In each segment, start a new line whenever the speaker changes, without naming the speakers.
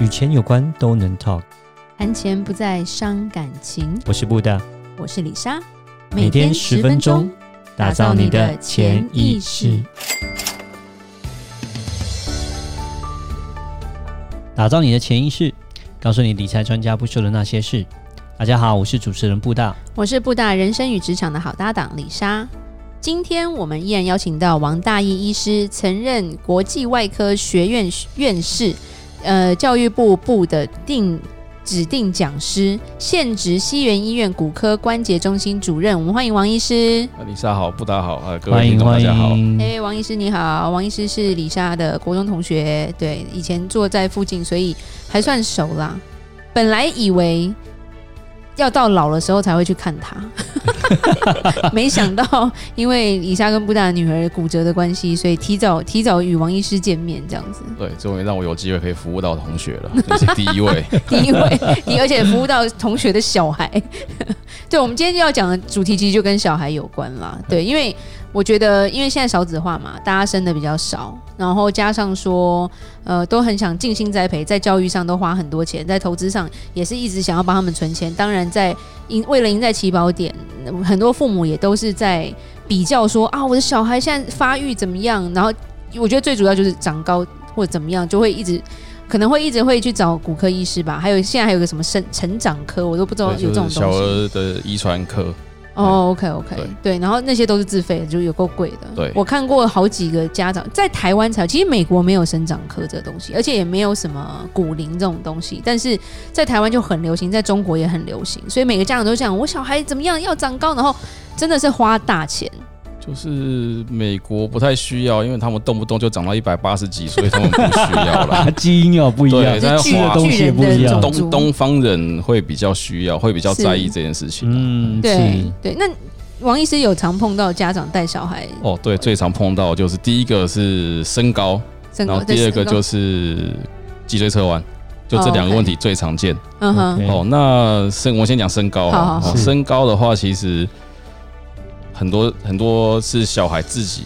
与钱有关都能 talk。
谈钱不再伤感情。
我是布大，
我是李莎，
每天十分钟，打造你的潜意识，打造你的潜意识，告诉你理财专家不说的那些事。大家好，我是主持人布大。
我是布大人生与职场的好搭档李莎。今天我们依然邀请到王大义医师，曾任国际外科学院院士，呃，教育部部的定指定讲师，现职西园医院骨科关节中心主任。我们欢迎王医师。
啊，李莎好，布达好，啊，各
欢
位听
迎
众大
欢
家好。
迎，
哎、王医师你好，王医师是李莎的国中同学，对，以前住在附近，所以还算熟啦。本来以为要到老的时候才会去看他， 没想到因为李莎跟布达的女儿骨折的关系，所以提早提早与王医师见面，这样子。
对，终于让我有机会可以服务到同学 了，这是第一位。
第一位， 你而且服务到同学的小孩。对，我们今天要讲的主题其实就跟小孩有关啦。对，因为我觉得，因为现在少子化嘛，大家生的比较少，然后加上说，呃，都很想尽心栽培，在教育上都花很多钱，在投资上也是一直想要帮他们存钱。当然在，赢为了赢在起跑点，嗯很多父母也都是在比较说啊，我的小孩现在发育怎么样？然后我觉得最主要就是长高或者怎么样，就会一直可能会一直会去找骨科医师吧。还有现在还有个什么生成长科，我都不知道
对
有这
就
种
是小
东西。
儿的遗传科，
哦，OK OK，
嗯对
对，然后那些都是自费的，就有够贵的。
对
我看过好几个家长在台湾才有，其实美国没有生长科这个东西，而且也没有什么骨龄这种东西，但是在台湾就很流行，在中国也很流行，所以每个家长都讲我小孩怎么样要长高，然后真的是花大钱。
就是美国不太需要，因为他们动不动就长到一百八十几，所以他们不需要
啊
啦。
基因哦不一样
对，但
是
是
巨
华
东西
巨人
不一
的
样
种族
东。东方人会比较需要，会比较在意
是
这件事情。
嗯，
对
是
对，那王医师有常碰到家长带小孩
哦，对，最常碰到就是第一个是身高，
身
然
呃高，
后第二个就是是脊椎侧弯，就
哦
这两个
，OK
问题最常见。
嗯哼，
OK
哦，那身我先讲身高
好
啊
好
哦
好
身高的话，其实很多很多是小孩自己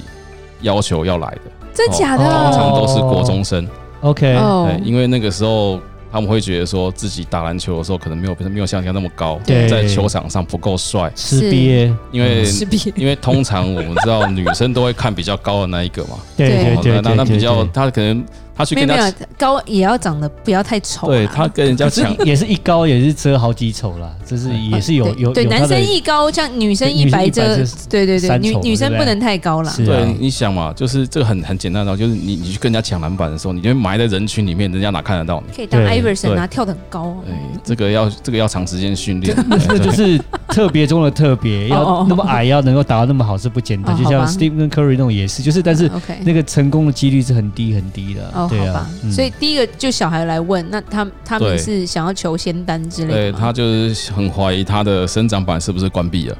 要求要来的，
真假的？
通常
哦哎
都是国中生，
OK，
哦
对，因为那个时候他们会觉得说自己打篮球的时候可能没有没有像他那么高，
对嗯
在球场上不够帅，
吃
是
瘪，
因为
是比
因为通常我们知道女生都会看比较高的那一个嘛，
对
对
对
哦
对对，
那那
对
比较
对
他可能他去
没
跟
有没
人
有
家
高也要长得不要太丑啊，
对他跟人家
可是
抢。
也是一高也是遮好几丑啦，就是也是有
对
有
对
有它
男
的
生一高，像女生
对女
一
生
百
一
遮
百遮，
对对对，
三
女
丑嘛
女生
对不
不
对
能太高啦。
是啊
对，你想嘛，就是这个很很简单的道理，就是你你去跟人家抢篮板的时候，你就会埋在人群里面，人家哪看得到你？
可以当
对
Iverson 啊，
对
跳得很高啊。
哎，这个要这个要长时间训练， 对
这就是特别中的特 别，
哦哦
要那么矮，要能够打到那么好是不简单。
哦
就
好
像
吧
Stephen Curry 那种也是，就是但是
OK，
那个成功的几率是很低很低的。
哦，
对
好
啊
吧，，
嗯
所以第一个就小孩来问，那他他们
对
是想要求仙丹之类
对
的吗
他就是很怀疑他的生长板是不是关闭了。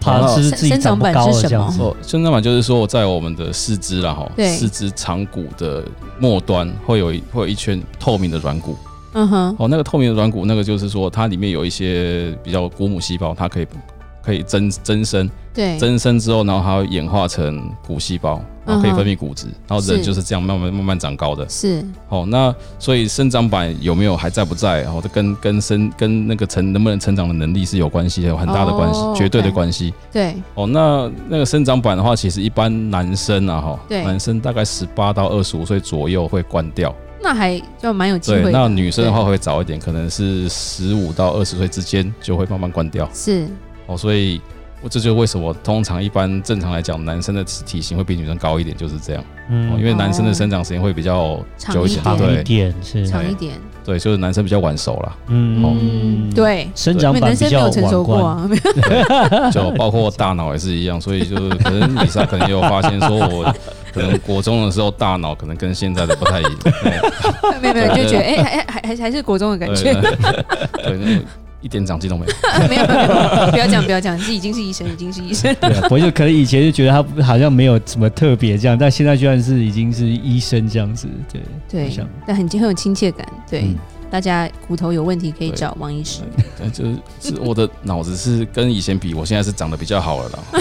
怕是自己长不高了这样
生
子。
哦，生长板就是说在我们的四肢啦，哈，
对
四肢长骨的末端会有一会有一圈透明的软骨。
嗯哼，
哦，那个透明的软骨，那个就是说它里面有一些比较骨母细胞，它可以可以增增生，
对，
增生之后，然后它会演化成骨细胞，然后可以分泌骨质，然后人
是
就是这样慢慢慢慢长高的。
嗯是
哦，那所以生长板有没有还在不在？哦，这跟跟生跟那个成能不能成长的能力是有关系的，有很大的关系，
哦
绝对的
OK
关系。
对，
哦，那那个生长板的话，其实一般男生啊，哈，
对
男生大概十八到二十五岁左右会关掉。
那还就蛮有机
对
会，的。
那女生的话会早一点，可能是十五到二十岁之间就会慢慢关掉。
是
哦，所以我这就是为什么通常一般正常来讲，男生的体型会比女生高一点，就是这样。哦，因
嗯，
为男生的生长时间会比较久些，
长
长一
对
点是，
长一点，
对，就是男生比较晚熟啦。
嗯
哦
嗯，，对。
生
因
长
为
板
男
比
生没
较
有成熟
晚
过
观。
啊，
就包括大脑也是一样，所以就是可能李莎可能也有发现，说我可能国中的时候大脑可能跟现在的不太一样，
没有没有，就觉得哎，还还还还是国中的
对
感觉，
对，对一点长进都没有。
没有没有，不要讲不要讲，是已经是医生，已经是医生，
对啊，我就可能以前就觉得他好像没有什么特别这样，但现在居然是已经是医生这样子，对，
对
不像，
但很很有亲切感，对
嗯，
大家骨头有问题可以
对
找王医师，
对，就是是我的脑子是跟以前比，我现在是长得比较好了啦。 哎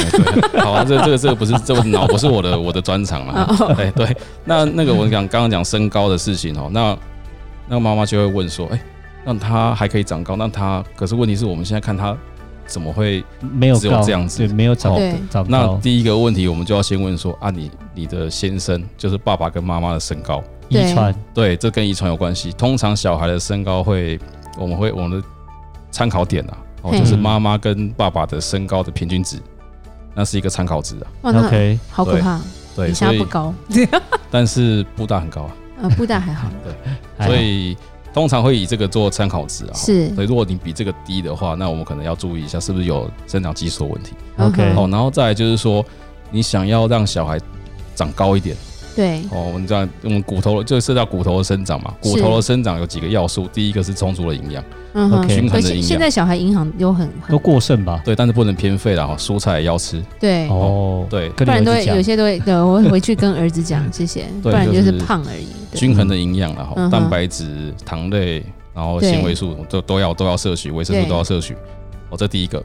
对，好啊，这这个这个不是这个脑不是我的我的专长啦。
哦
哎对，那那个我讲刚刚讲身高的事情哦，那那妈妈就会问说，哎、那他还可以长高，那他可是问题是我们现在看他怎么会？
没有
只有
高
这样子
对，没有找
对
找不
那
到。
第一个问题我们就要先问说啊，你你的先生就是爸爸跟妈妈的身高，
遗
对
传
对，这跟遗传有关系。通常小孩的身高会，我们会我们的参考点啊，哦，
嘿
就是妈妈跟爸爸的身高的平均值，那是一个参考值啊。
哇，哦那
，OK，
好可怕！
对，
你现
所
在
以
不高，
但是布大很高啊，
啊，布大还好，
还好
所以通常会以这个做参考值啊。
哎是
所以如果你比这个低的话，那我们可能要注意一下是不是有生长激素的问题。
嗯
OK
哦，然后再来就是说，你想要让小孩长高一点。
对，
哦，我们这样，我们骨头就涉及到骨头的生长嘛。骨
是
头的生长有几个要素，第一个是充足的营养，
嗯哼
OK
均衡
而
的
且
营养
现在小孩银行又很
都
很
过剩吧？
对，但是不能偏废了哈，蔬菜也要吃，
对，
哦，
对，
跟
不
你
然都
儿
会
子讲
有，些都会，对我会回去跟儿子讲，谢谢，不
对
然
就是
是胖而已。对
均衡的营养了哈，
嗯哼
蛋白质、糖类，然后
对
纤维素都都要都要摄取，维生素
对
都要摄取。哦，这第一个。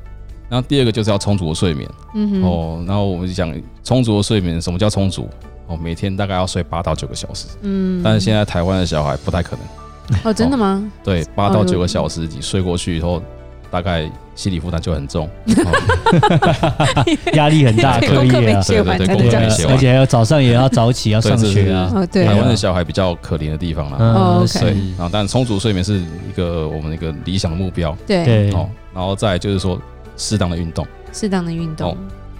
然后第二个就是要充足的睡眠
嗯哼，
哦。然后我们就讲充足的睡眠，什么叫充足？哦，每天大概要睡八到九个小时，
嗯，
但是现在台湾的小孩不太可能。
哦，真的吗？
对，八
有
到九个小时，你睡过去以后，大概心理负担就很 重。哦
压力很大，
对
课
功课
业啊
没，写完才
对对
能
功
这
课没
样
写
子。
完
而且还有早上也要早起，要上学啊。
哦，对
啊
台湾的小孩比较可怜的地方啦。
嗯
哦，OK
对，然后但充足睡眠是一个我们一个理想目标
对，
对，
哦。然后再来就是说适当的运动，
适当的运动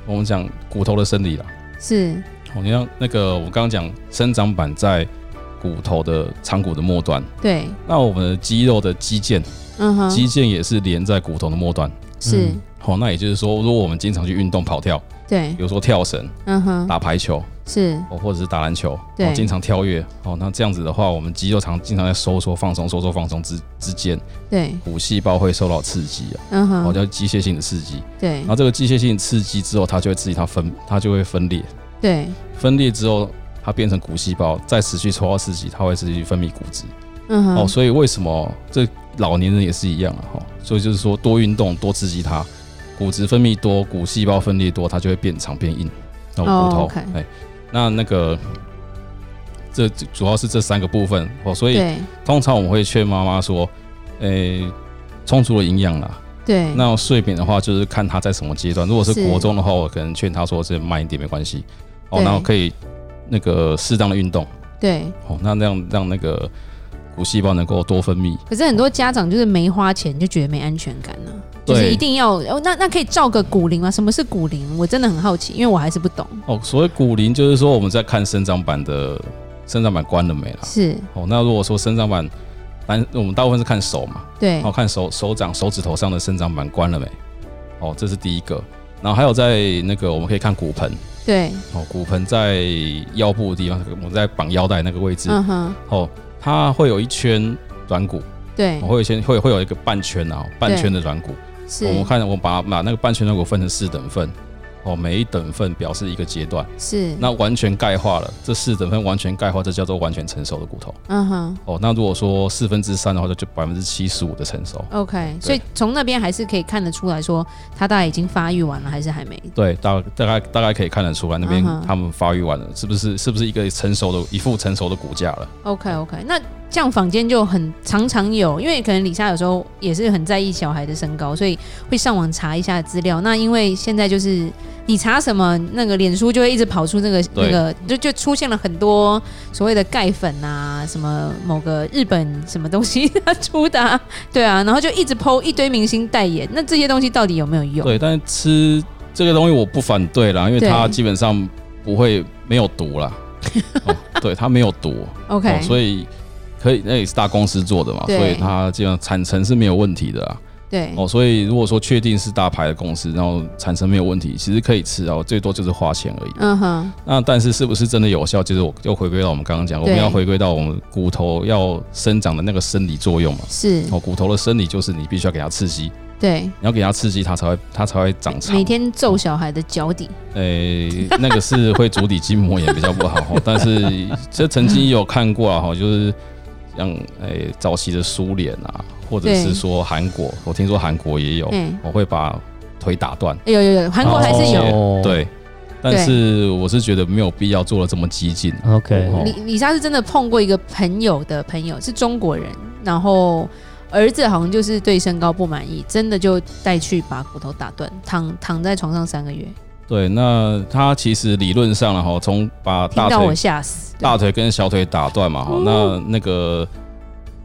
我们讲骨头的生理啦。
是，
哦，你像那个我刚刚讲生长板在骨头的长骨的末端，
对，
那我们的肌肉的肌腱，
嗯哼，
肌腱也是连在骨头的末端。
是，
哦，那也就是说，如果我们经常去运动跑跳，
对
比，如说跳绳、
嗯哼，
打排球，
是，
哦，或者是打篮球，
对
哦，经常跳跃，哦，那这样子的话，我们肌肉常经常在收缩、放松、收缩、放松之之间，
对，
骨细胞会受到刺激啊，
嗯
哦，
哼，
叫机械性的刺激。
对
然，后这个机械性刺激之后，它就会刺激它分，它就会分裂，
对，
分裂之后。它变成骨细胞，再持续抽到刺激，它会持续分泌骨质。
嗯哼，
哦，所以为什么这老年人也是一样啊？哈、所以就是说多运动，多刺激它，骨质分泌多，骨细胞分裂多，它就会变长变硬，哦，
哦
骨头。
OK
哎，那那个这这主要是这三个部分哦，所以
对，
通常我们会劝妈妈说，诶、充足的营养啦。
对，
那睡眠的话，就是看她在什么阶段。如果是
是
国中的话，我可能劝她说，这慢一点没关系。哦，
对
然后可以那个适当的运动，
对，
哦，那那样让那个骨细胞能够多分泌。
可是很多家长就是没花钱就觉得没安全感呢、就是
对
一定要哦，那那可以照个骨龄吗？什么是骨龄？我真的很好奇，因为我还是不懂。
哦，所谓骨龄就是说我们在看生长板的生长板关了没啦。
是
哦，那如果说生长板，单我们大部分是看手嘛，
对
哦，看手手掌手指头上的生长板关了没？哦，这是第一个。然后还有在那个我们可以看骨盆，
对，
哦，骨盆在腰部的地方，我们在绑腰带那个位置，
嗯哼，
哦，它会有一圈软骨，
对
哦、，会有一圈会会有一个半圈啊，半圈的软骨。
是
我们看我把把那个半圈软骨分成四等份，哦，每一等份表示一个阶段。
是，
那完全钙化了，这四等分完全钙化，这叫做完全成熟的骨头。
嗯哼
哦，那如果说四分之三的话，就就百分之七十五的成熟。
，OK，所以从那边还是可以看得出来说，他大概已经发育完了，还是还没？
对，大大概大概可以看得出来，那边
嗯哼
他们发育完了，是不是是不是一个成熟的一副成熟的骨架了？
OK OK，那这样坊间就很常常有，因为可能李莎有时候也是很在意小孩的身高，所以会上网查一下资料。那因为现在就是你查什么，那个脸书就会一直跑出那个
对
那个，就就出现了很多所谓的钙粉啊，什么某个日本什么东西它出的、啊，对啊，然后就一直剖一堆明星代言，那这些东西到底有没有用？
对，但是吃这个东西我不反对啦，因为
对
它基本上不会没有 毒啦。哦、对，它没有毒
OK，、
哦，所以可以那也是大公司做的嘛，
对哎
所以它基本上产程是没有问题的啦。
对、
哦，所以如果说确定是大牌的公司，然后产生没有问题，其实可以吃哦，最多就是花钱而已。
嗯哼，
那但是是不是真的有效，就是我又回归到我们刚刚讲，我
对
们要回归到我们骨头要生长的那个生理作用嘛。
是，
哦，骨头的生理就是你必须要给它刺激，你
对，
要给它刺激，它才会它才会长长
每。天揍小孩的脚底，
诶、哎那个是会足底筋膜炎比较不好，哦但是这曾经也有看过啊，哈，就是像诶、早期的苏联啊，或者
对
是说韩国，我听说韩国也有
嗯，
我会把腿打断。
哎有有有，韩国还是有。
哦
对，但是我是觉得没有必要做的这么激进。
OK，
哦
李李莎是真的碰过一个朋友的朋友，是中国人，然后儿子好像就是对身高不满意，真的就带去把骨头打断，躺躺在床上三个月，
对，那他其实理论上了啊哈，从把
听
大
到我哦
腿
吓死。对
大腿跟小腿打断嘛哈，那那个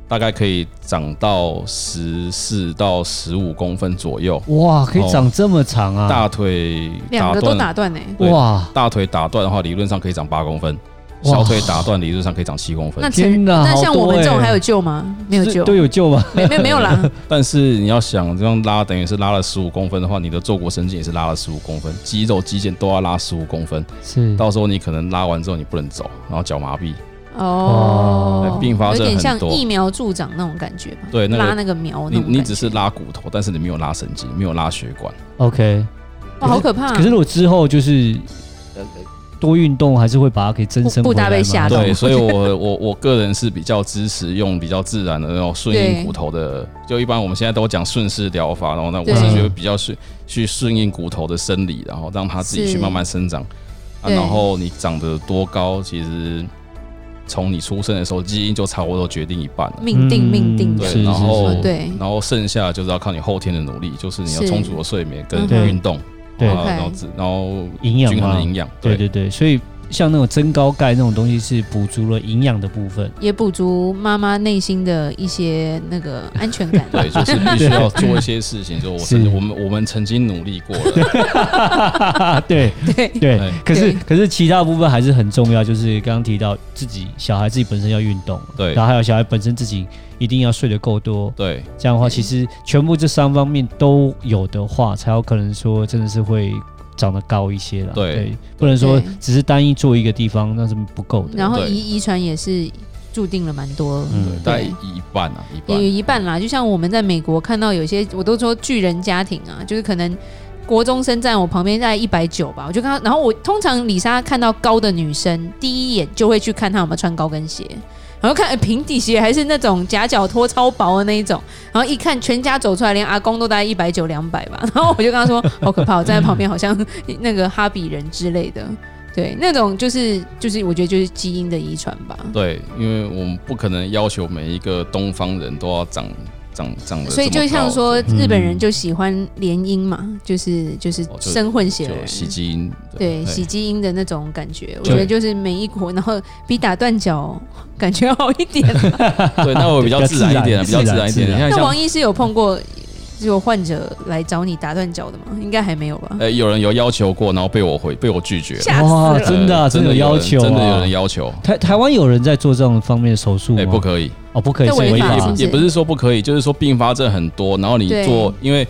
大概可以长到十四到十五公分左右，
哇，可以长这么长啊！
大腿
两
打
个都
断
打断呢、
哦
欸
对
哇，
大腿打断的话，理论上可以长八公分；
哇
小腿打断理论上可以长七公分
那。
天
成
哪
那
好
像我们
多
这种
欸
还有救吗？没有
是
救，
都有救吧？
没没没有 啦。
但是你要想，这样拉等于是拉了十五公分的话，你的坐骨神经也是拉了十五公分，肌肉、肌腱都要拉十五公分。
是
到时候你可能拉完之后你不能走，然后脚麻痹。
哦
哇，
并发症
有点像
很多
疫苗助长那种感觉吧？
对那个
拉那个苗那
你
种
你
感
只
觉
是拉骨头，但是你没有拉神经，没有拉血管。
OK。
哇，好可怕、啊！
可是如果之后就是呃多运动，还是会把它给增生
不
回
不大
来
被
嘛
吓到
对，所以我我我个人是比较支持用比较自然的那种顺应骨头的，就一般我们现在都讲顺势疗法，然后呢，我
对
是觉得比较顺去顺应骨头的生理，然后让它自己
是
去慢慢生长。啊，
对
然后你长得多高，其实从你出生的时候基因就差不多决定一半了。
命定
嗯
命定
对
的，
嗯对
是
然后
是是
对
然后剩下就是要靠你后天的努力，就是你
嗯
要
是
充足的睡眠跟
嗯哼
运动，
对
然后
OK
然后自然后
营养
呃均衡
嘛
的营养，
对
对
对对，所以像那种增高钙那种东西是补足了营养的部分。
也补足妈妈内心的一些那个安全感。
对，就是必须要 做一些事情，就我
是
曾我们我们曾经努力过了，
对
对
对
啊对，
可是
对
可是其他部分还是很重要，就是刚刚提到自己小孩自己本身要运动，
对
然后还有小孩本身自己一定要睡得够多，
对
这样的话，
对
其实全部这三方面都有的话，才有可能说真的是会长得高一些了。
对
不能说
对
只是单一做一个地方那是不够的。
然后
对
遗遗传也是注定了蛮多。
对，
嗯，
大概一半啊，一
也
半
有。一半啦，就像我们在美国看到有些，我都说巨人家庭啊，就是可能国中生站我旁边大概一百九吧，我就看到，然后我通常李莎看到高的女生，第一眼就会去看她有没有穿高跟鞋，然后看、哎平底鞋还是那种夹脚拖超薄的那一种，然后一看全家走出来，连阿公都大概一百九两百吧，然后我就跟她说 好可怕，我站在旁边好像 那个哈比人之类的，对，那种就是就是我觉得就是基因的遗传吧，
对，因为我们不可能要求每一个东方人都要长长长得这么高，
所以就像说，
嗯
日本人就喜欢联姻嘛，就是就是
哦就
生混血
就
儿，
洗基因，
对洗基因的那种感觉。我
对
觉得就是每一国，然后比打断脚感觉好一点。
对，那我比 较自然一点啊，
比
比
较自
较自
然
然一点。
自
你
然
看
那
像
王医师有碰过有患者来找你打断脚的吗？应该还没有吧？
呃，有人有要求过，然后被我回被我拒绝 了。
吓死
哇，
了！
真的啊
呃
真的有要求啊
真的有人要求，
台台湾有人在做这种方面的手术吗？
哎，不可以，
哦，不可以
这
是
违
违
法是
法
不。是
也不是说不可以，就是说并发症很多，然后你
对
做，因为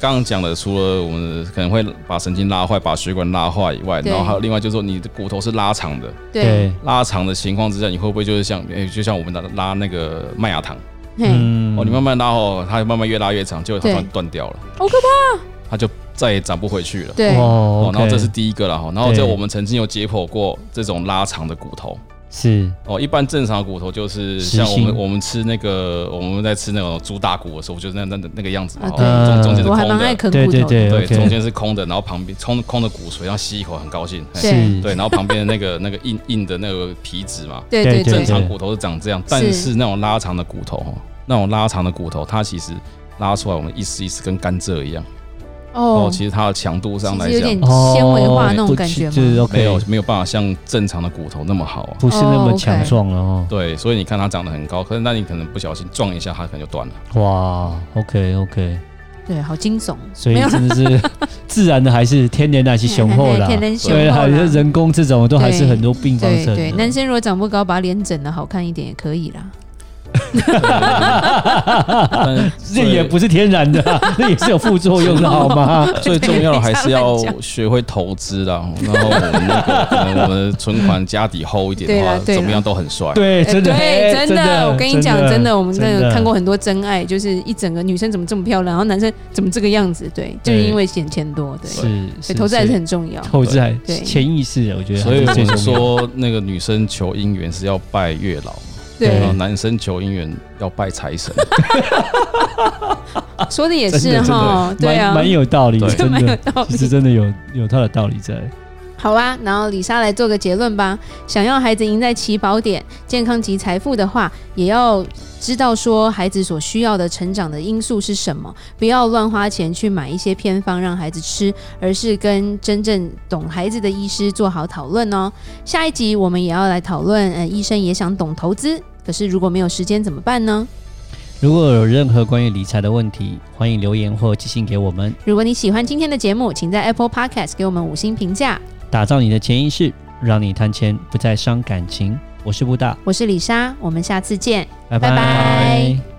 刚刚讲的，除了我们可能会把神经拉坏、把血管拉坏以外，
对
然后还有另外就是说你的骨头是拉长的，
对，，
拉长的情况之下，你会不会就是像，哎、就像我们拉拉那个麦芽糖，
嘿，
嗯
哦，你慢慢拉哦，它慢慢越拉越长，结果它
对
突然断掉了，
好可
怕，它就再也长不回去了。
对，啊
哦
哦，，然后
OK，
这是第一个了哈，然后
对
这我们曾经有解剖过这种拉长的骨头。
是
哦，一般正常的骨头就是
实
像我
心
们我们吃那个我们在吃那种猪大骨的时候，就是那那那那个样子嘛，
啊
哦
对
中中间是
我还
空
蛮爱
的，
啃
对
骨
对
头的。
对
对，
，OK
中间是空的，然后旁边空空的骨髓，然后吸一口很高兴，
对
嘿
是，
对，然后旁边的那个那个硬硬的那个皮质嘛，
对
对
对
对
正
对，
常骨头是长这样，但是那种拉长的骨头哦，那种拉长的骨头，它其实拉出来我们一丝一丝跟甘蔗一样哦，
哦，其
其实它的强度上来
实有
讲
点纤维化那
哦
种
不
感觉
就是
吗？
OK，
没有没有办法像正常的骨头那么好啊。
不是那
哦
么
，OK
强壮了哦。
对，所以你看它长得很高，可是那你可能不小心撞一下，它可能就断了。
哇，OK OK，
对，好惊悚。
所以
没有啦
真的 是自然的还是天然的还是雄厚啦，
嘿嘿嘿天然雄厚
对，啊
啦
还有人工这种都还是很多并发
对
症的。
对，男生如果长不高，把脸整的好看一点也可以啦。
但
这也不是天然的啊， 那也是有副作用的好 吗？
最重要的还是要学会投资啦。 然后我们那个可能我们的存款家底厚一点的话
对啦，对啦
怎么样都很帅。
对，
哎
真的，哎
对，真的，我跟你讲，真的，我们真的看过
很
很多真爱，就是一整个女生怎么这么漂亮，然后男生怎么这个样子，对，就是因为钱钱多，对，所
是
以投资还是很重要。
投资还
对
潜意识的，我觉得还
所
是
以我
最重要
们说，那个女生求姻缘是要拜月老，然
对，
后
啊
男生求姻缘要拜财神。
说的也是哈，
蛮
对啊，
蛮有道理的，
对
真
蛮有
的
道，理
其实真的有有它的道理在。
好啊，然后李莎来做个结论吧。想要孩子赢在起跑点、健康及财富的话，也要知道说孩子所需要的成长的因素是什么，不要乱花钱去买一些偏方让孩子吃，而是跟真正懂孩子的医师做好讨论哦。下一集我们也要来讨论，呃，医生也想懂投资，可是如果没有时间怎么办呢？
如果有任何关于理财的问题，欢迎留言或寄信给我们。
如果你喜欢今天的节目，请在 Apple Podcast 给我们五星评价。
打造你的潜意识，让你谈钱不再伤感情。我是布大，
我是李莎，我们下次见。
拜
拜拜